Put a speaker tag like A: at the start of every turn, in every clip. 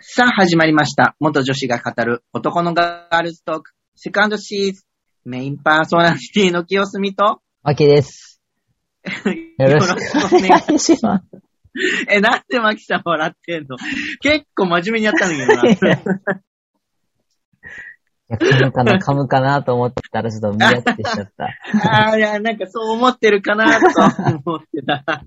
A: さあ、始まりました。元女子が語る男のガールズトーク、セカンドシーズン、メインパーソナリティの清澄と、
B: マキです。よろしくお願いします。
A: え、なんでマキさん笑ってんの結構真面目にやったんだけ
B: い
A: どな。
B: や噛むかな、噛むかなと思ってたらちょっと見合ってしちゃった。
A: ああ、いや、なんかそう思ってるかなと思ってた。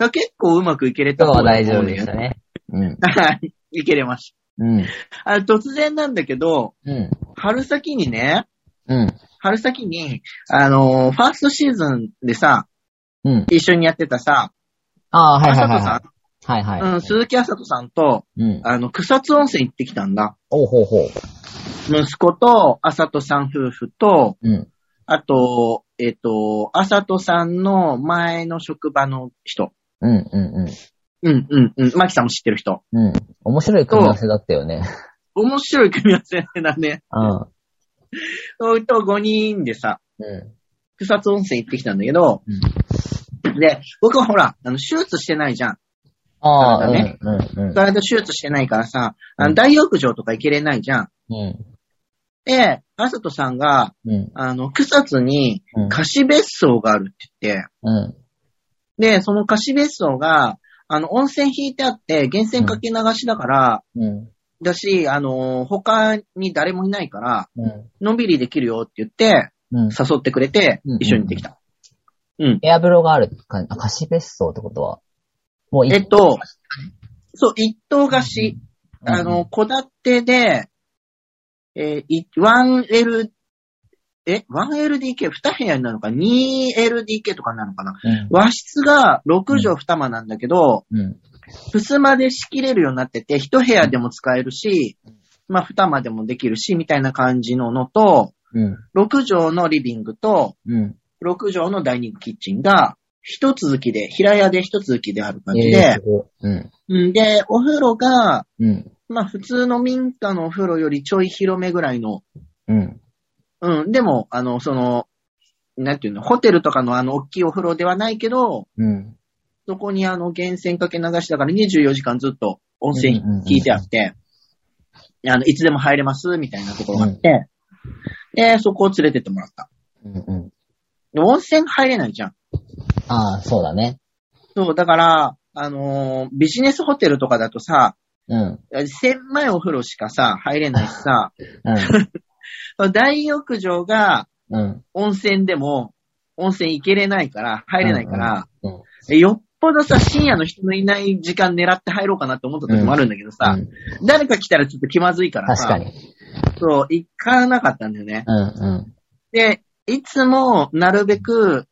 A: 結構うまくいけれた
B: 今日
A: 方
B: は
A: だ
B: 大
A: と
B: 丈
A: 思う
B: 夫
A: んだ
B: で
A: よ
B: した。ね。うん。
A: はい。いけれまし
B: うん。
A: た。あ突然なんだけど、
B: うん。
A: 春先にね、
B: うん。
A: 春先に、あのーファーストシーズンでさ、
B: うん。
A: 一緒にやってたさ、
B: ああ、はい
A: あ
B: はい
A: さ
B: は
A: こ
B: い
A: さん
B: は、い。はいは
A: うん、鈴木あさこさんと、
B: い。うん。
A: あの、草津温泉行ってきたんだ。
B: おうほうほう。
A: 息子と、あさとさん夫婦と、
B: うん。
A: あと、えっ、と、あさとさんの前の職場の人。
B: うんうん
A: うん、うん、うん。マキさんも知ってる人。
B: うん。うん。面白い組み合わせだったよね。
A: 面白い組み合わせだね。
B: うん。
A: それと5人でさ、
B: う
A: 草津温泉行ってきたんだけど、
B: ん。
A: で、僕はほら、あの、手術してないじゃん。
B: ああ、
A: そううんだね
B: うんうん。
A: 体手術してないからさ、あの大浴場とか行けれないじゃん。
B: うん。
A: で、あさとさんが、
B: うん。
A: あの、草津に
B: うん
A: 貸別荘があるって言って、
B: うん。
A: で、その貸別荘が、あの、温泉引いてあって、源泉かけ流しだから、
B: うん。
A: だし、あのー他に誰もいないから、
B: うん。
A: のんびりできるよって言って、
B: うん。
A: 誘ってくれて
B: うん、
A: 一緒にできた。
B: エアブロがある感じ。あ、貸し別荘ってことは。もうい
A: えっと、そう、一棟貸し、あの、、小建てで、えーい 1L、え、1LDK、2部屋になるのか、2LDK とかになるのかな。
B: うん。
A: 和室が6畳2間なんだけど、
B: うん。
A: 襖で仕切れるようになってて、1部屋でも使えるし、まあ2間でもできるし、みたいな感じののと、
B: うん。
A: 6畳のリビングと、
B: うん。
A: 6畳のダイニングキッチンが、一続きで、平屋で一続きである感じ
B: ええ
A: で、
B: すごいうん。
A: うんで、お風呂が、
B: うん。
A: まあ普通の民家のお風呂よりちょい広めぐらいの、
B: うん。
A: うん、でも、あの、その、なんていうの、ホテルとかのあの、大きいお風呂ではないけど、
B: うん。
A: そこにあの、源泉かけ流しだから24時間ずっと温泉引いてあって、あの、いつでも入れます、みたいなところがあって、で、そこを連れてってもらった。
B: うん。うん。
A: で温泉入れないじゃん。
B: ああ、そうだね。
A: そう、だから、あのービジネスホテルとかだとさ、
B: うん。
A: 狭いお風呂しかさ、入れないしさ、
B: うん。
A: 大浴場が
B: うん。
A: 温泉でも、温泉行けれないから、入れないから、
B: うん。
A: よっぽどさ、深夜の人のいない時間狙って入ろうかなって思った 時もあるんだけどさ、
B: うん
A: 誰か来たらちょっと気まずいから
B: 確
A: さ、
B: かに。
A: そう、行かなかったんだよね。
B: うん。う
A: で、いつもなるべく、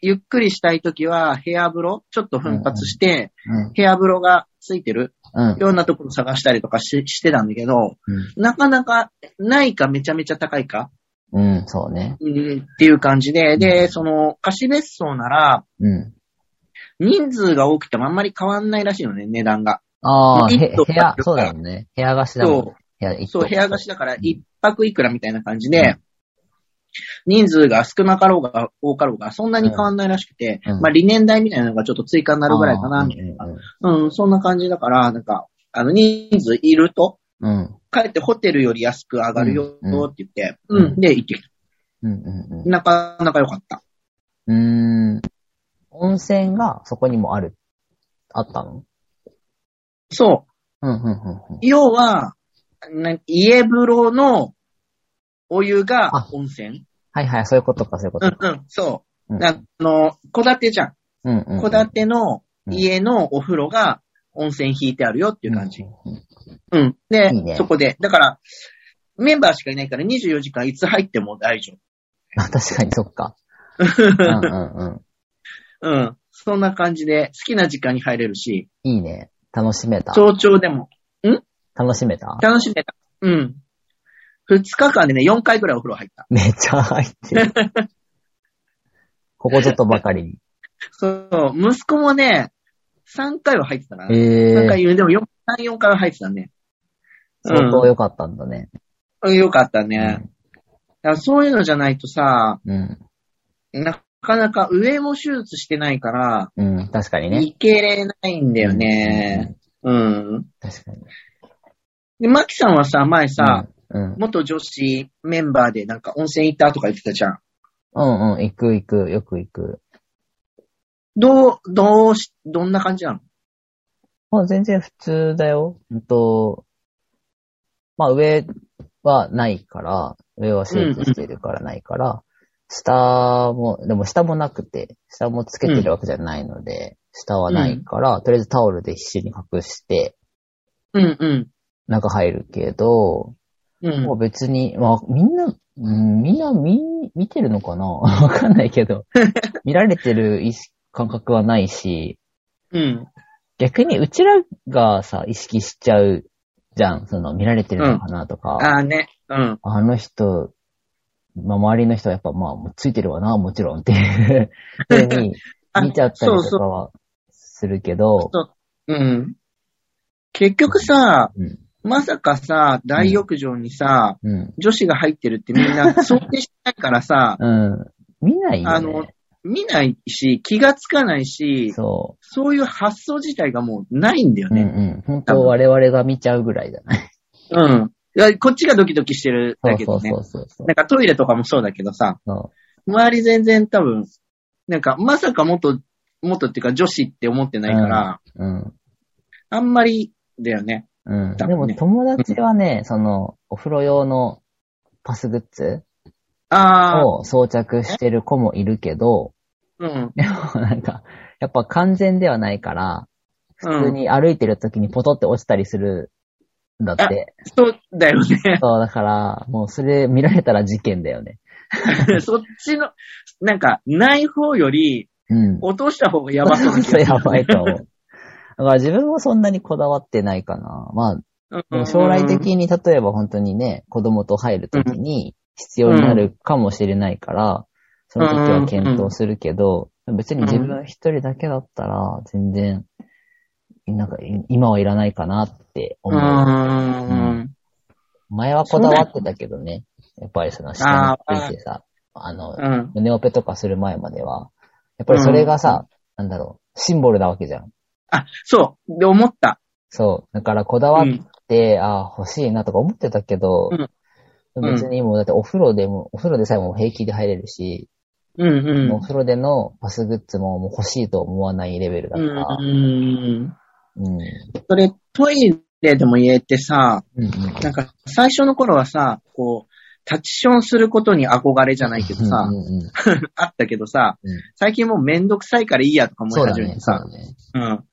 A: ゆっくりしたい時は、部屋風呂、ちょっと奮発して、
B: ん。うん。
A: 部屋風呂がついてる、
B: うん
A: い。ろんなところ探したりとかししてたんだけど、なかなかないかめちゃめちゃ高いか、
B: うん。うん。そうね。
A: うんっていう感じで、で、その、貸別荘なら、
B: うん。
A: 人数が多くてもあんまり変わんないらしいよね、値段が。
B: ああ、へ
A: 一
B: 部
A: 棟
B: 屋、そうだよね。部屋貸しだもん
A: そう
B: ね。部屋、一
A: そう、
B: 棟
A: 部屋貸しだから一泊いくらみたいな感じで、人数が少なかろうが多かろうが、そんなに変わんないらしくて、
B: うん
A: まあ、理念代みたいなのがちょっと追加になるぐらいかな、みたいな。うん、そんな感じだから、なんか、あの、人数いると、
B: うん。うん。
A: かえってホテルより安く上がるよ、って
B: うん
A: 言って、
B: う
A: うんん、で、行ってきた。
B: うん。うん。
A: なかなか良かった。
B: うん。うーん。温泉がそこにもある。あったの
A: そう。
B: うん。うん。うん。うん
A: 要は、な家風呂のお湯が
B: あ
A: 温泉
B: はいはい、そういうことか、そういうこ
A: う
B: と
A: ん
B: か。
A: うん、そうう。
B: ん
A: あの、小建てじゃん。
B: うん。うん。
A: 戸建ての家のお風呂が温泉引いてあるよっていう感じ。
B: うん。
A: うん。で
B: いいね
A: そこで。だから、メンバーしかいないから24時間いつ入っても大丈
B: あ確かに、そっ か。うん
A: 夫。
B: うんうん。
A: うん。そんな感じで、好きな時間に入れるし、
B: いいね。楽しめた。
A: 早朝でも
B: 楽しめた
A: 楽しめた。うん。2日間でね、4回ぐらいお風呂入った。
B: めっちゃ入って る。ここちょっとばかりに。
A: そう、息子もね、3回は入ってたかな。
B: え
A: 3
B: え
A: 回、でも4、3、4回は入ってたね。
B: 相当良かったんだね。
A: うん、よかった
B: う
A: ね。
B: ん。
A: だからそういうのじゃないとさ、
B: うん。
A: なかなか上も手術してないから、
B: うん。確かにね。
A: いけれないんだよね。うん。
B: 確確かに。
A: で、マキさんはさ、前さ、
B: うん、うん。
A: 元女子メンバーでなんか温泉行ったとか言ってたじゃん。
B: うんうん、行く行く、よく行く。
A: どう、どうし、どんな感じなの
B: まあ全然普通だよ。うんと、まあ上はないから、上は手術してるからないから、下も、でも下もなくて、下もつけてるわけじゃないので、下はないから、とりあえずタオルで必死に隠して、
A: うんうん。
B: 中入るけど、
A: うん
B: もう。別に、まあみんな、うん、みんなみん、見てるのかな わかんないけど、見られてる意識感覚はないし、
A: うん。
B: 逆にうちらがさ、意識しちゃうじゃん。その、見られてるのかなとか、
A: ああね。うん。
B: あの人、まあ、周りの人はやっぱまあ、もうついてるわな、もちろんっ ていう風に
A: あ
B: 見ちゃった
A: そ
B: り
A: う
B: と
A: そ
B: かはするけど、
A: う。うん。結局さ、
B: うん、
A: まさかさ、大浴場にさ、
B: うん、
A: 女子が入ってるってみんな想定してないからさ、
B: うん。見ないよ、ね。
A: あの見ないし、気がつかないし、
B: そ
A: そういう発想自体がもうないんだよ
B: う。うん
A: ね。
B: うん。本当我々が見ちゃうぐらいじゃない。
A: うん。いやこっちがドキドキしてるだけ
B: そ
A: ど
B: う
A: ね
B: そ。うそうそう
A: なんかトイレとかもそうだけどさ、
B: そ
A: 周り全然多分、なんかまさか元、元っていうか女子って思ってないから、
B: う。うん。
A: あんまりだよね。
B: うん。
A: だ
B: でも
A: ね
B: 友達はね、その、お風呂用のパスグッズ
A: ああ、
B: を装着してる子もいるけど、
A: うん。
B: でもなんか、やっぱ完全ではないから、普
A: う
B: 通
A: ん。
B: に歩いてる時にポトって落ちたりするんだって。
A: そうだよね。
B: そう、だから、もうそれ見られたら事件だよね。
A: そっちの、なんか、ない方より、
B: うん。
A: 落とした方がやばそうな気が する
B: やばいと思う。だから自分もそんなにこだわってないかな。ま
A: う
B: あ、
A: ん
B: 将来的に例えば本当にね、子供と入る時に必要になるかもしれないから、その時は検討するけど、別に自分一人だけだったら、全然、なんかい今はいらないかなって
A: う
B: 思う。
A: ん。
B: 前はこだわってたけどね。やっぱりその下についてさ、あの、
A: うん。
B: 胸オペとかする前までは、やっぱりそれがさ、なんだろう、シンボルなわけじゃん。
A: あ、そう。で、思った。
B: そう。だからこだわ
A: う
B: っ
A: ん。
B: て、ああ、欲しいなとか思ってたけど、
A: ん
B: 別にもうだってお風呂でも、お風呂でさえも平気で入れるし、
A: うんうん。
B: もうお風呂でのパスグッズももう欲しいと思わないレベルだか
A: う
B: ら、
A: ん。
B: うん。うん
A: それ、トイレでも言えてさ、
B: うん。
A: なんか、最初の頃はさ、こう、タッチションすることに憧れじゃないけどさ
B: う、んうんうん
A: あったけどさ
B: うん、
A: 最近もうめんどくさいからいいやとか思
B: そ
A: いう
B: だ
A: 始め
B: ね。
A: て
B: そう
A: さ
B: だ、ね。
A: うん。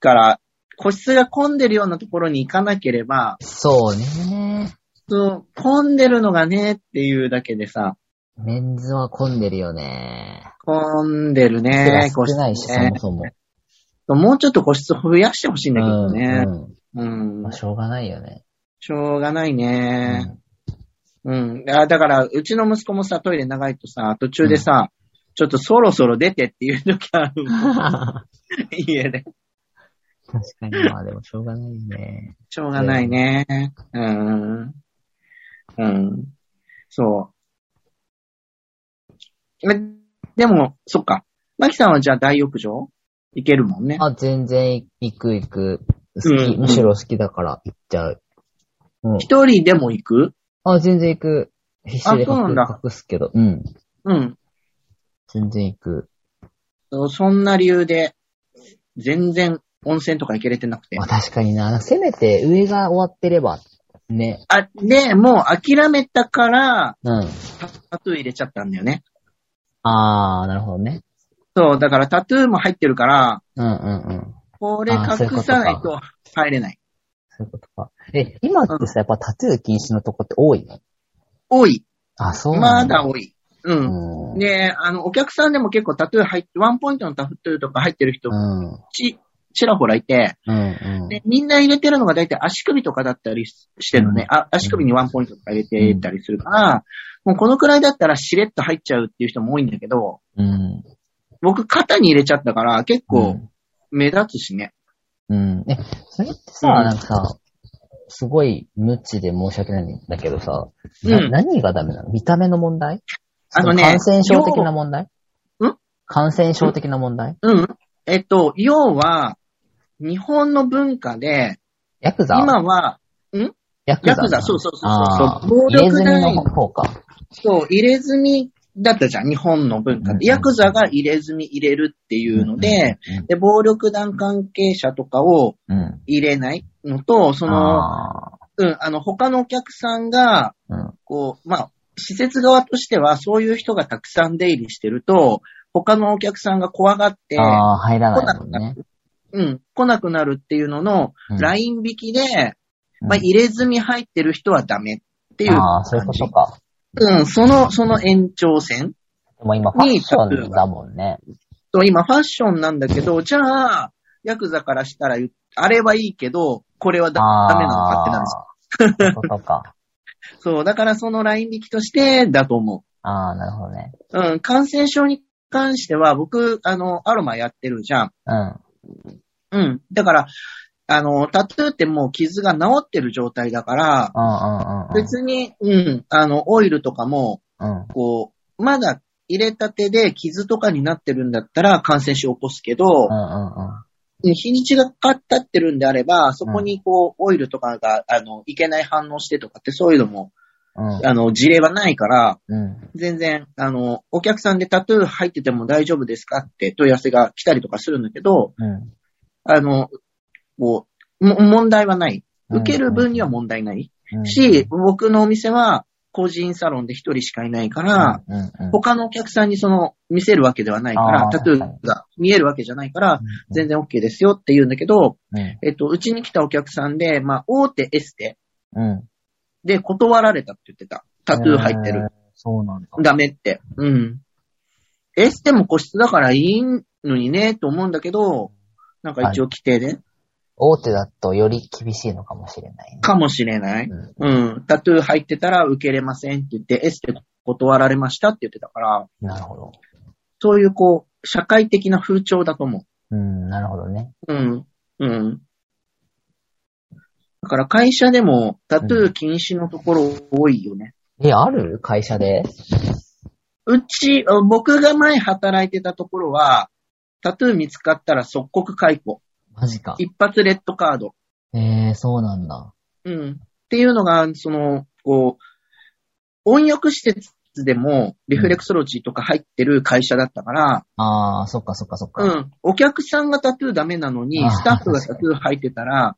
A: から、個室が混んでるようなところに行かなければ、
B: そうね。
A: そう、混んでるのがねっていうだけでさ、
B: メンズは混んでるよね。
A: 混んでるね、
B: 少
A: 個室
B: ないし、そ
A: ね
B: も。そも。
A: もうちょっと個室増やしてほしいんだけどね。
B: うんうん
A: うん
B: まあ、。しょうがないよね。
A: しょうがないうね。
B: ん
A: うん。あだから、うちの息子もさ、トイレ長いとさ、途中でさ、ちょっとそろそろ出てっていう時ある の。
B: 確
A: 家で。
B: かに、まあでもしょうがないよね。
A: しょうがないね。うん。うん。そう。えでも、そっか。マキさんはじゃあ大浴場行けるもんね。
B: あ、全然行く行く。好き、
A: うん
B: むしろ好きだから行っちゃう。うん。
A: 一人でも行く
B: あ、全然行く。必死で
A: あそうなん
B: 隠
A: だ
B: 隠すけど。うん。
A: うん。
B: 全然行く。
A: そんな理由で、全然温泉とか行けれてなくて
B: まあ。確かにな。せめて上が終わってれば、ね。
A: あ、で、もう諦めたから、
B: うん。
A: タタトゥー入れちゃったんだよね。
B: あー、なるほどね。
A: そう、だからタトゥーも入ってるから、
B: うんうんうん。
A: これ
B: あそういう
A: 隠
B: ことか
A: さないと入れない。
B: そういうことか。え、今ってさ、やっぱタトゥー禁止のとこって多いの
A: 多い。
B: あ、そうな
A: ま
B: んだ。
A: だ多い。うん。
B: うん。
A: で、あの、お客さんでも結構タトゥー入って、ワンポイントのタトゥーとか入ってる人
B: う、ん。
A: ち、ちらほらいて、
B: うんうん。
A: で、みんな入れてるのが大体足首とかだったりししてるのね、あ、足首にワンポイントとか入れてたりするから、もうこのくらいだったらしれっと入っちゃうっていう人も多いんだけど、
B: うん。
A: 僕肩に入れちゃったから結構目立つしね。
B: うん。え、それってさ、
A: うん
B: なんかさ、すごい無知で申し訳ないんだけどさ、
A: う
B: なん何がダメなの見た目の問題
A: あのね
B: そ感染症的な問題
A: 要
B: 感染症的な問題
A: うん。えっと、要は、日本の文化で、
B: ヤクザ
A: 今は、
B: ヤクザ
A: ヤクザ、そうそうそう
B: あ
A: そ
B: あ
A: う、暴
B: 入れ
A: 力
B: 墨
A: 団員
B: の方か。
A: そう、入れ墨だったじゃん、日本の文化
B: うん
A: で。ヤクザが入れ墨入れるっていうので、で、暴力団関係者とかを
B: うん。うん。
A: 入れないのと、その、
B: あ
A: うん、あの、他のお客さんが、
B: あうん
A: こう、まあ、施設側としては、そういう人がたくさん出入りしてると、他のお客さんが怖がって、
B: ああ、入らないもんね。
A: うん、来なくなるっていうのの、
B: うん
A: ライン引きで、
B: うん
A: まあ、入れ墨入ってる人はダメっていう。
B: ああ、そういうことか。
A: うん、その、その延長線。
B: でも今ファッションだもんね。
A: と、今ファッションなんだけど、じゃあ、ヤクザからしたら、あれはいいけど、これはダ
B: ああ。
A: ダメなのかってなるんです
B: そういうことか。
A: よそう、だからそのライン引きとしてだと思う。
B: ああ、なるほどね。
A: うん、感染症に関しては、僕、あの、アロマやってるじゃん。
B: うん。
A: うん。だから、あの、タトゥーってもう傷が治ってる状態だから、
B: うんうんうん。
A: 別に、うん、あの、オイルとかも、
B: うん。
A: こう、まだ入れたてで傷とかになってるんだったら感染症起こすけど
B: う、んうんうん。
A: 日にちがかかったってるんであれば、そこにこう、オイルとかが、あの、いけない反応してとかってそういうのも、
B: うん。
A: あの、事例はないから、
B: うん。
A: 全然、あの、お客さんでタトゥー入ってても大丈夫ですかって問い合わせが来たりとかするんだけど、
B: うん。
A: あの、こう、も問題はない。受ける分には問題ない。
B: うん、
A: し、僕のお店は個人サロンで一人しかいないから、
B: うん、うんうん
A: 他のお客さんにその、見せるわけではないか
B: あ
A: ら、
B: ー
A: タトゥーが見えるわけじゃないから、全然 OK ですよって言うんだけど、
B: うん
A: えっと、うちに来たお客さんで、まあ、大手エステ
B: うん。
A: で断られたって言ってた。タトゥー入って
B: え
A: る
B: ー。。そうなんだ。
A: ダメって。うん。エステも個室だからいいのにね、と思うんだけど、なんか一応規定で、
B: 大手だとより厳しいのかもしれないね。
A: かもしれない。
B: うん
A: うん。タトゥー入ってたら受けれませんって言って、エステ断られましたって言ってたから、
B: なるほど。
A: そういうこう、社会的な風潮だと思
B: うん、なるほどね。
A: う。うん。うん。だから会社でもタトゥー禁止のところ多いよね。
B: え、ある会社で。
A: うち、あ僕が前働いてたところは、タトゥー見つかったら即刻解雇。
B: マジか。
A: 一発レッドカード。
B: えー、そうなんだ。
A: うん。っていうのが、その、こう、温浴施設でもリフレクソロジーとか入ってる会社だったから、
B: あー、そっかそっかそっか。
A: うん。お客さんがタトゥーダメなのに
B: あ、ー
A: スタッフがタトゥー入ってたら、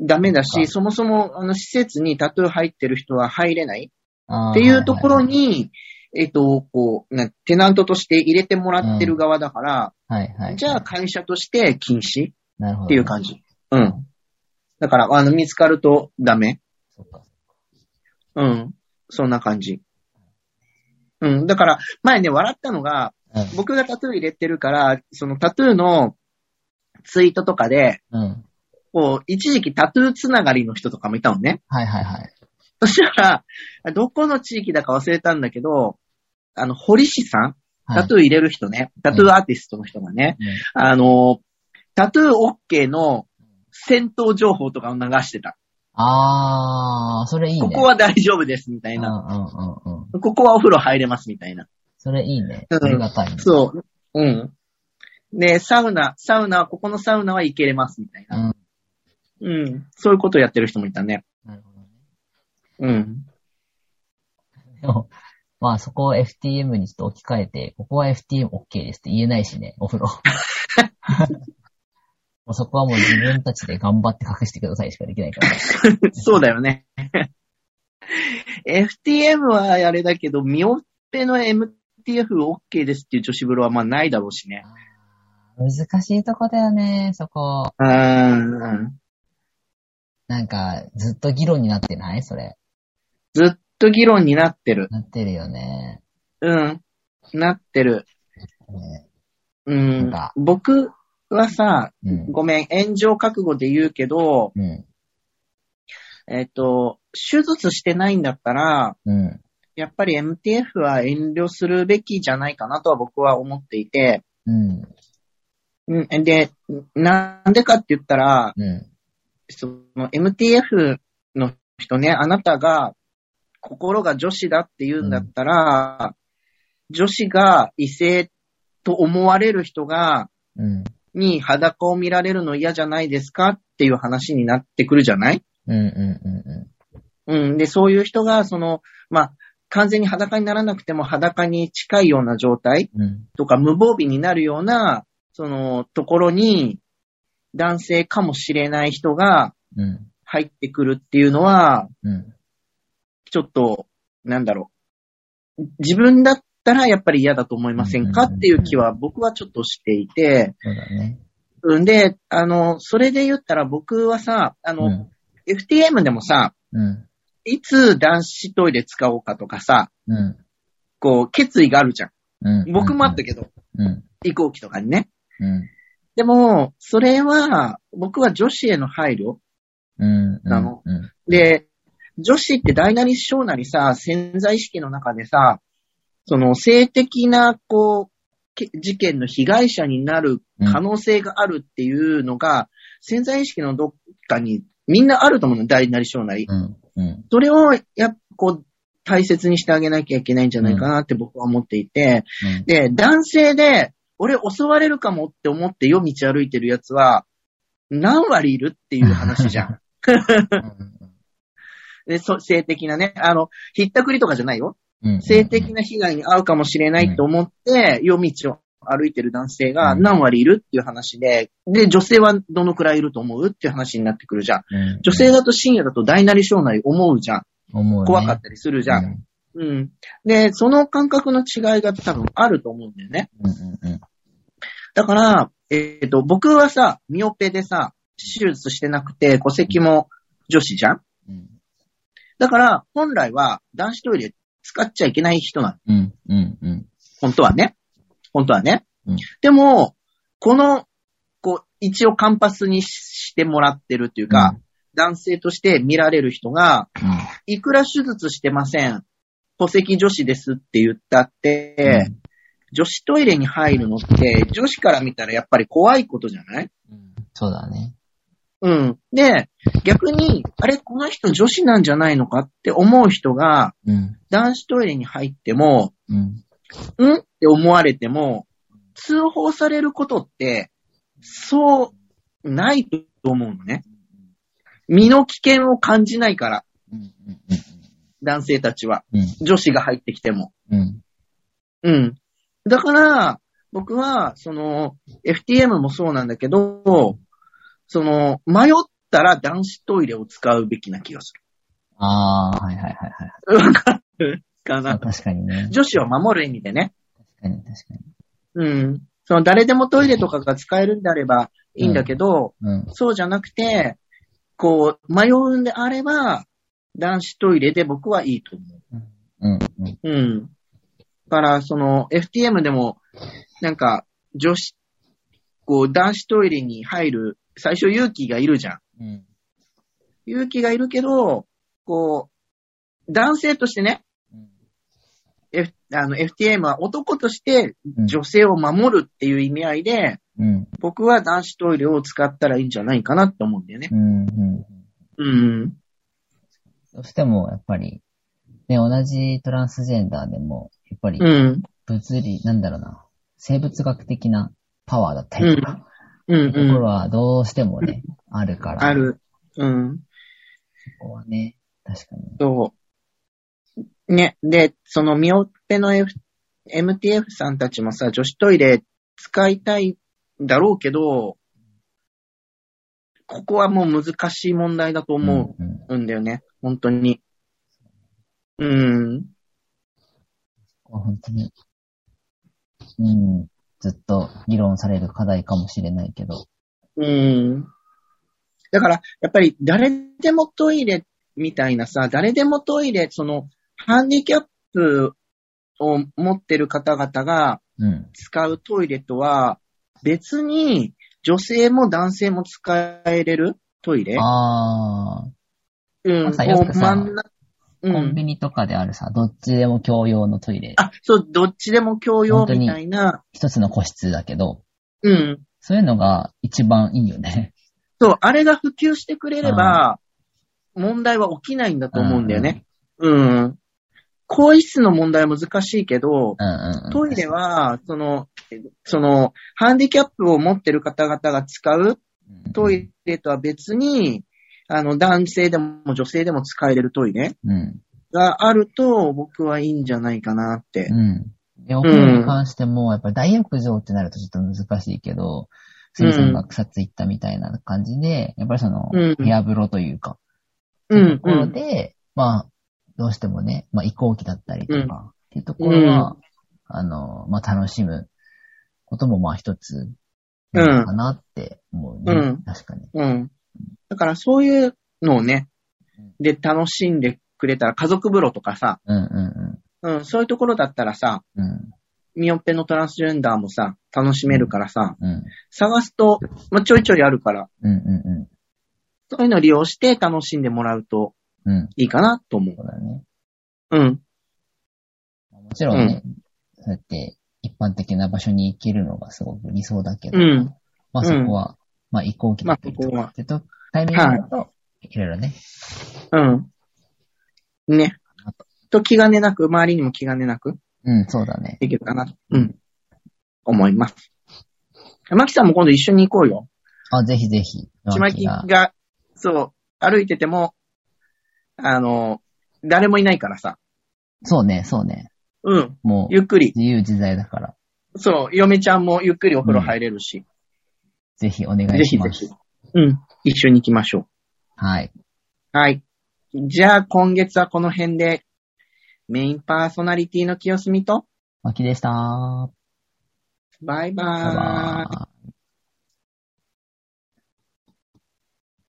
A: ダメだ
B: そっ
A: し、
B: か
A: そもそも、あの、施設にタトゥー入ってる人は入れない
B: あー
A: っていうところ
B: は
A: に、えっと、こう、なテナントとして入れてもらってる側だから、
B: いはい、はいはい。
A: じゃあ、会社として禁止
B: なるほど、
A: っていう感じ。うん。だから、あの、見つかるとダメ。
B: そっか。
A: うん。そんな感じ。うん。だから、前ね、笑ったのが、
B: うん
A: 僕がタトゥー入れてるから、そのタトゥーのツイートとかで、
B: うん。
A: こう、一時期タトゥーつながりの人とかもいたのね。
B: はいはいはい。
A: そしたら、どこの地域だか忘れたんだけど、あの、堀市さん
B: はい
A: タトゥー入れる人ね。タトゥーアーティストの人がね。あの、タトゥー OK の戦闘情報とかを流してた。
B: あー、それいいね。
A: ここは大丈夫です、みたいな。
B: うんうんうんうん。
A: ここはお風呂入れます、みたいな。
B: それいいね。
A: うん
B: ありがたいね。
A: そう。うん。で、サウナ、サウナは、ここのサウナは行けれます、みたいな。
B: ん。
A: うん。そういうことをやってる人もいたね。
B: なるほどね。
A: うん。
B: でも、まあそこを FTM にちょっと置き換えて、ここは FTM OK ですって言えないしね、お風呂。もうそこはもう自分たちで頑張って隠してくださいしかできないから。
A: そうだよね。FTM はあれだけど、ミオッペの MTF OK ですっていう女子風呂はまあないだろうしね。
B: 難しいとこだよね、そこ。
A: うーん。
B: なんか、ずっと議論になってないそれ。
A: ずっと議論になってる。
B: なってるよね。
A: うん。なってる。
B: ね
A: う
B: なん
A: ん
B: か。
A: 僕はさ、
B: うん。
A: ごめん、炎上覚悟で言うけど、
B: うん。
A: えっ、と、手術してないんだったら、
B: うん。
A: やっぱり MTF は遠慮するべきじゃないかなとは僕は思っていて、
B: うん。
A: うん、で、なんでかって言ったら、
B: うん。
A: その MTF の人ね、あなたが心が女子だって言うんだったら、女子が異性と思われる人が
B: うん。
A: に裸を見られるの嫌じゃないですかっていう話になってくるじゃない
B: うんうんうんう
A: うん。で、そういう人が、その、まあ、完全に裸にならなくても裸に近いような状態
B: ん。うん。
A: とか無防備になるような、その、ところに、男性かもしれない人が
B: うん。
A: 入ってくるっていうのは、
B: うん。
A: ちょっと、なんだろう。自分だったらやっぱり嫌だと思いませんか
B: うん
A: っていう気は僕はちょっとしていて、
B: そうだね。
A: うんで、あの、それで言ったら僕はさ、あ
B: う
A: の、
B: ん。
A: FTM でもさ、
B: うん。
A: いつ男子トイレ使おうかとかさ、
B: うん。
A: こう、決意があるじゃん。
B: うん。
A: 僕もあったけど、
B: うん。
A: 飛行機とかにね。
B: うん。
A: でも、それは、僕は女子への配慮。
B: うん。
A: あの
B: うん。
A: で、女子って大なり小なりさ、潜在意識の中でさ、その性的な、こう、け事件の被害者になる
B: うん
A: 可能性があるっていうのが、潜在意識のどっかにみんなあると思うの、大なり小なり。
B: うん。うん。
A: それを、やっぱこう、大切にしてあげなきゃいけないんじゃないかなって僕は思っていて、で、男性で、俺襲われるかもって思って夜道歩いてるやつは、何割いるっていう話じゃん。でそ性的なね、あの、ひったくりとかじゃないよ。
B: うん。
A: 性的な被害に遭うかもしれないと思って、夜道を歩いてる男性が
B: うん
A: 何割いるっていう話で、で、女性はどのくらいいると思うっていう話になってくるじゃん。
B: うん。
A: 女性だと深夜だと大なり小なり思うじゃん。
B: 思うね
A: 怖かったりするじゃん。。うん。で、その感覚の違いが多分あると思うんだよね。
B: うんうんうん。
A: だから、えっ、と、僕はさ、ミオペでさ、手術してなくて、戸籍も女子じゃん
B: うん
A: だから、本来は男子トイレ使っちゃいけない人なの。
B: うんうんうん。
A: 本当はね。本当はね。
B: うん
A: でも、この、こう、一応カンパスにしてもらってるというか、男性として見られる人が、いくら手術してません、戸籍女子ですって言ったって、女子トイレに入るのって、女子から見たらやっぱり怖いことじゃない
B: うん。そうだね。
A: うん。で、逆に、あれ、この人女子なんじゃないのかって思う人が、
B: うん。
A: 男子トイレに入っても、
B: うん。
A: んって思われても、通報されることって、そう、ないと思うのね。身の危険を感じないから、
B: うんうん
A: 男性たちは。
B: うん
A: 女子が入ってきても。
B: うん。
A: うん。だから、僕は、その、FTM もそうなんだけど、その、迷ったら男子トイレを使うべきな気がする。
B: ああ、はいはいはいはい。
A: わかるか
B: まあ
A: な。
B: 確かにね。
A: 女子を守る意味でね。
B: 確かに確かに。
A: うん。その誰でもトイレとかが使えるんであればいいんだけど、
B: うん。
A: そうじゃなくて、こう、迷うんであれば、男子トイレで僕はいいと思
B: うんうん。
A: う。うん。だから、その、FTM でも、なんか、女子、こう、男子トイレに入る、最初勇気がいるじゃん。
B: うん。
A: 勇気がいるけど、こう、男性としてね、F、あの、FTM は男として
B: うん
A: 女性を守るっていう意味合いで、
B: うん。
A: 僕は男子トイレを使ったらいいんじゃないかなって思うんだよね
B: う。ん。うん。
A: うん。
B: どうしても、やっぱり、ね、同じトランスジェンダーでも、やっぱり、
A: うん。
B: 物理、なんだろうな、生物学的なパワーだったりとか、
A: うん。
B: ところ
A: うん。
B: はどうしてもね、あるから。
A: あ。る。うん。
B: ここはね、確かに。
A: そう。ね。で、そのミオペの、F、MTF さんたちもさ、女子トイレ使いたいんだろうけど、ここはもう難しい問題だと思う。
B: うん。うん
A: うんだよね。本当に。うん。
B: ここは本当に、うん、ずっと議論される課題かもしれないけど。
A: うん。だから、やっぱり誰でもトイレみたいなさ、誰でもトイレ、その、ハンディキャップを持ってる方々が
B: うん。
A: 使うトイレとは、別に女性も男性も使えれるトイレ
B: ああ、
A: うん。
B: さよ
A: こ
B: くさ
A: う真ん中う
B: コン
A: ん。
B: ビニとかであるさ、どっちでも共用のトイレ、
A: あ、そう、どっちでも共用みたいな。
B: 一つの個室だけど、
A: うん。
B: そういうのが一番いいよね。
A: そう、あれが普及してくれれば、問題は起きないんだと思うんだよね。うん。更衣室の問題は難しいけど、
B: うんうんうん。
A: トイレは、その、その、ハンディキャップを持ってる方々が使うトイレとは別に、あの、男性でも女性でも使えれるトイレ
B: うん。
A: があると、僕はいいんじゃないかなって。
B: うん。で、お風呂に関しても、やっぱり大浴場ってなるとちょっと難しいけど、スミさんが草津行ったみたいな感じで、やっぱりその、
A: うん
B: 部屋風呂というか、
A: う
B: そうい
A: ん、
B: うとこ
A: う
B: ろ
A: ん。
B: で、まあ、どうしてもね、まあ、移行期だったりと
A: うん
B: か、っていうところは、あの、まあ、楽しむことも、まあ、一つ、なのかなって思うね。
A: うん
B: 確かに。
A: うん。だからそういうのをね、で、楽しんでくれたら、家族風呂とかさ、
B: うんう
A: うん、そういうところだったらさ、
B: んうん。うん
A: ミオペのトランスジェンダーもさ、楽しめるからさ、
B: うん。
A: 探すと、まあ、ちょいちょいあるから、
B: うんうんう
A: そういうのを利用して楽しんでもらうと
B: ん。うん。
A: いいかなと思う
B: そ。うだね。
A: うん。
B: もちろんね、そうやって一般的な場所に行けるのがすごく理想だけど、
A: うん
B: まあそこは、まあ移行期だったりと
A: まあそこは
B: かってと、タイミングだと、いろいろね、
A: うん。ね。と気兼ねなく、周りにも気兼ねなく
B: うん、そうだね。
A: できるかなと。うん。思います。マキさんも今度一緒に行こうよ。
B: あ、ぜひぜひ、
A: ちまき
B: が
A: が、そう、歩いてても、あの、誰もいないからさ。
B: そうね、そうね。
A: うん。
B: もう、
A: ゆっくり。
B: 自由自在だから、
A: そう、嫁ちゃんもゆっくりお風呂入れるし。
B: ぜひお願
A: ぜ
B: いし
A: ひ
B: ま
A: ぜ
B: す。
A: ひ。うん。一緒に行きましょ
B: はい。
A: う。はい。じゃあ、今月はこの辺で、メインパーソナリティの清澄と、
B: まきでした。
A: バイバ
B: バイ
A: ーイ。
B: バーイ。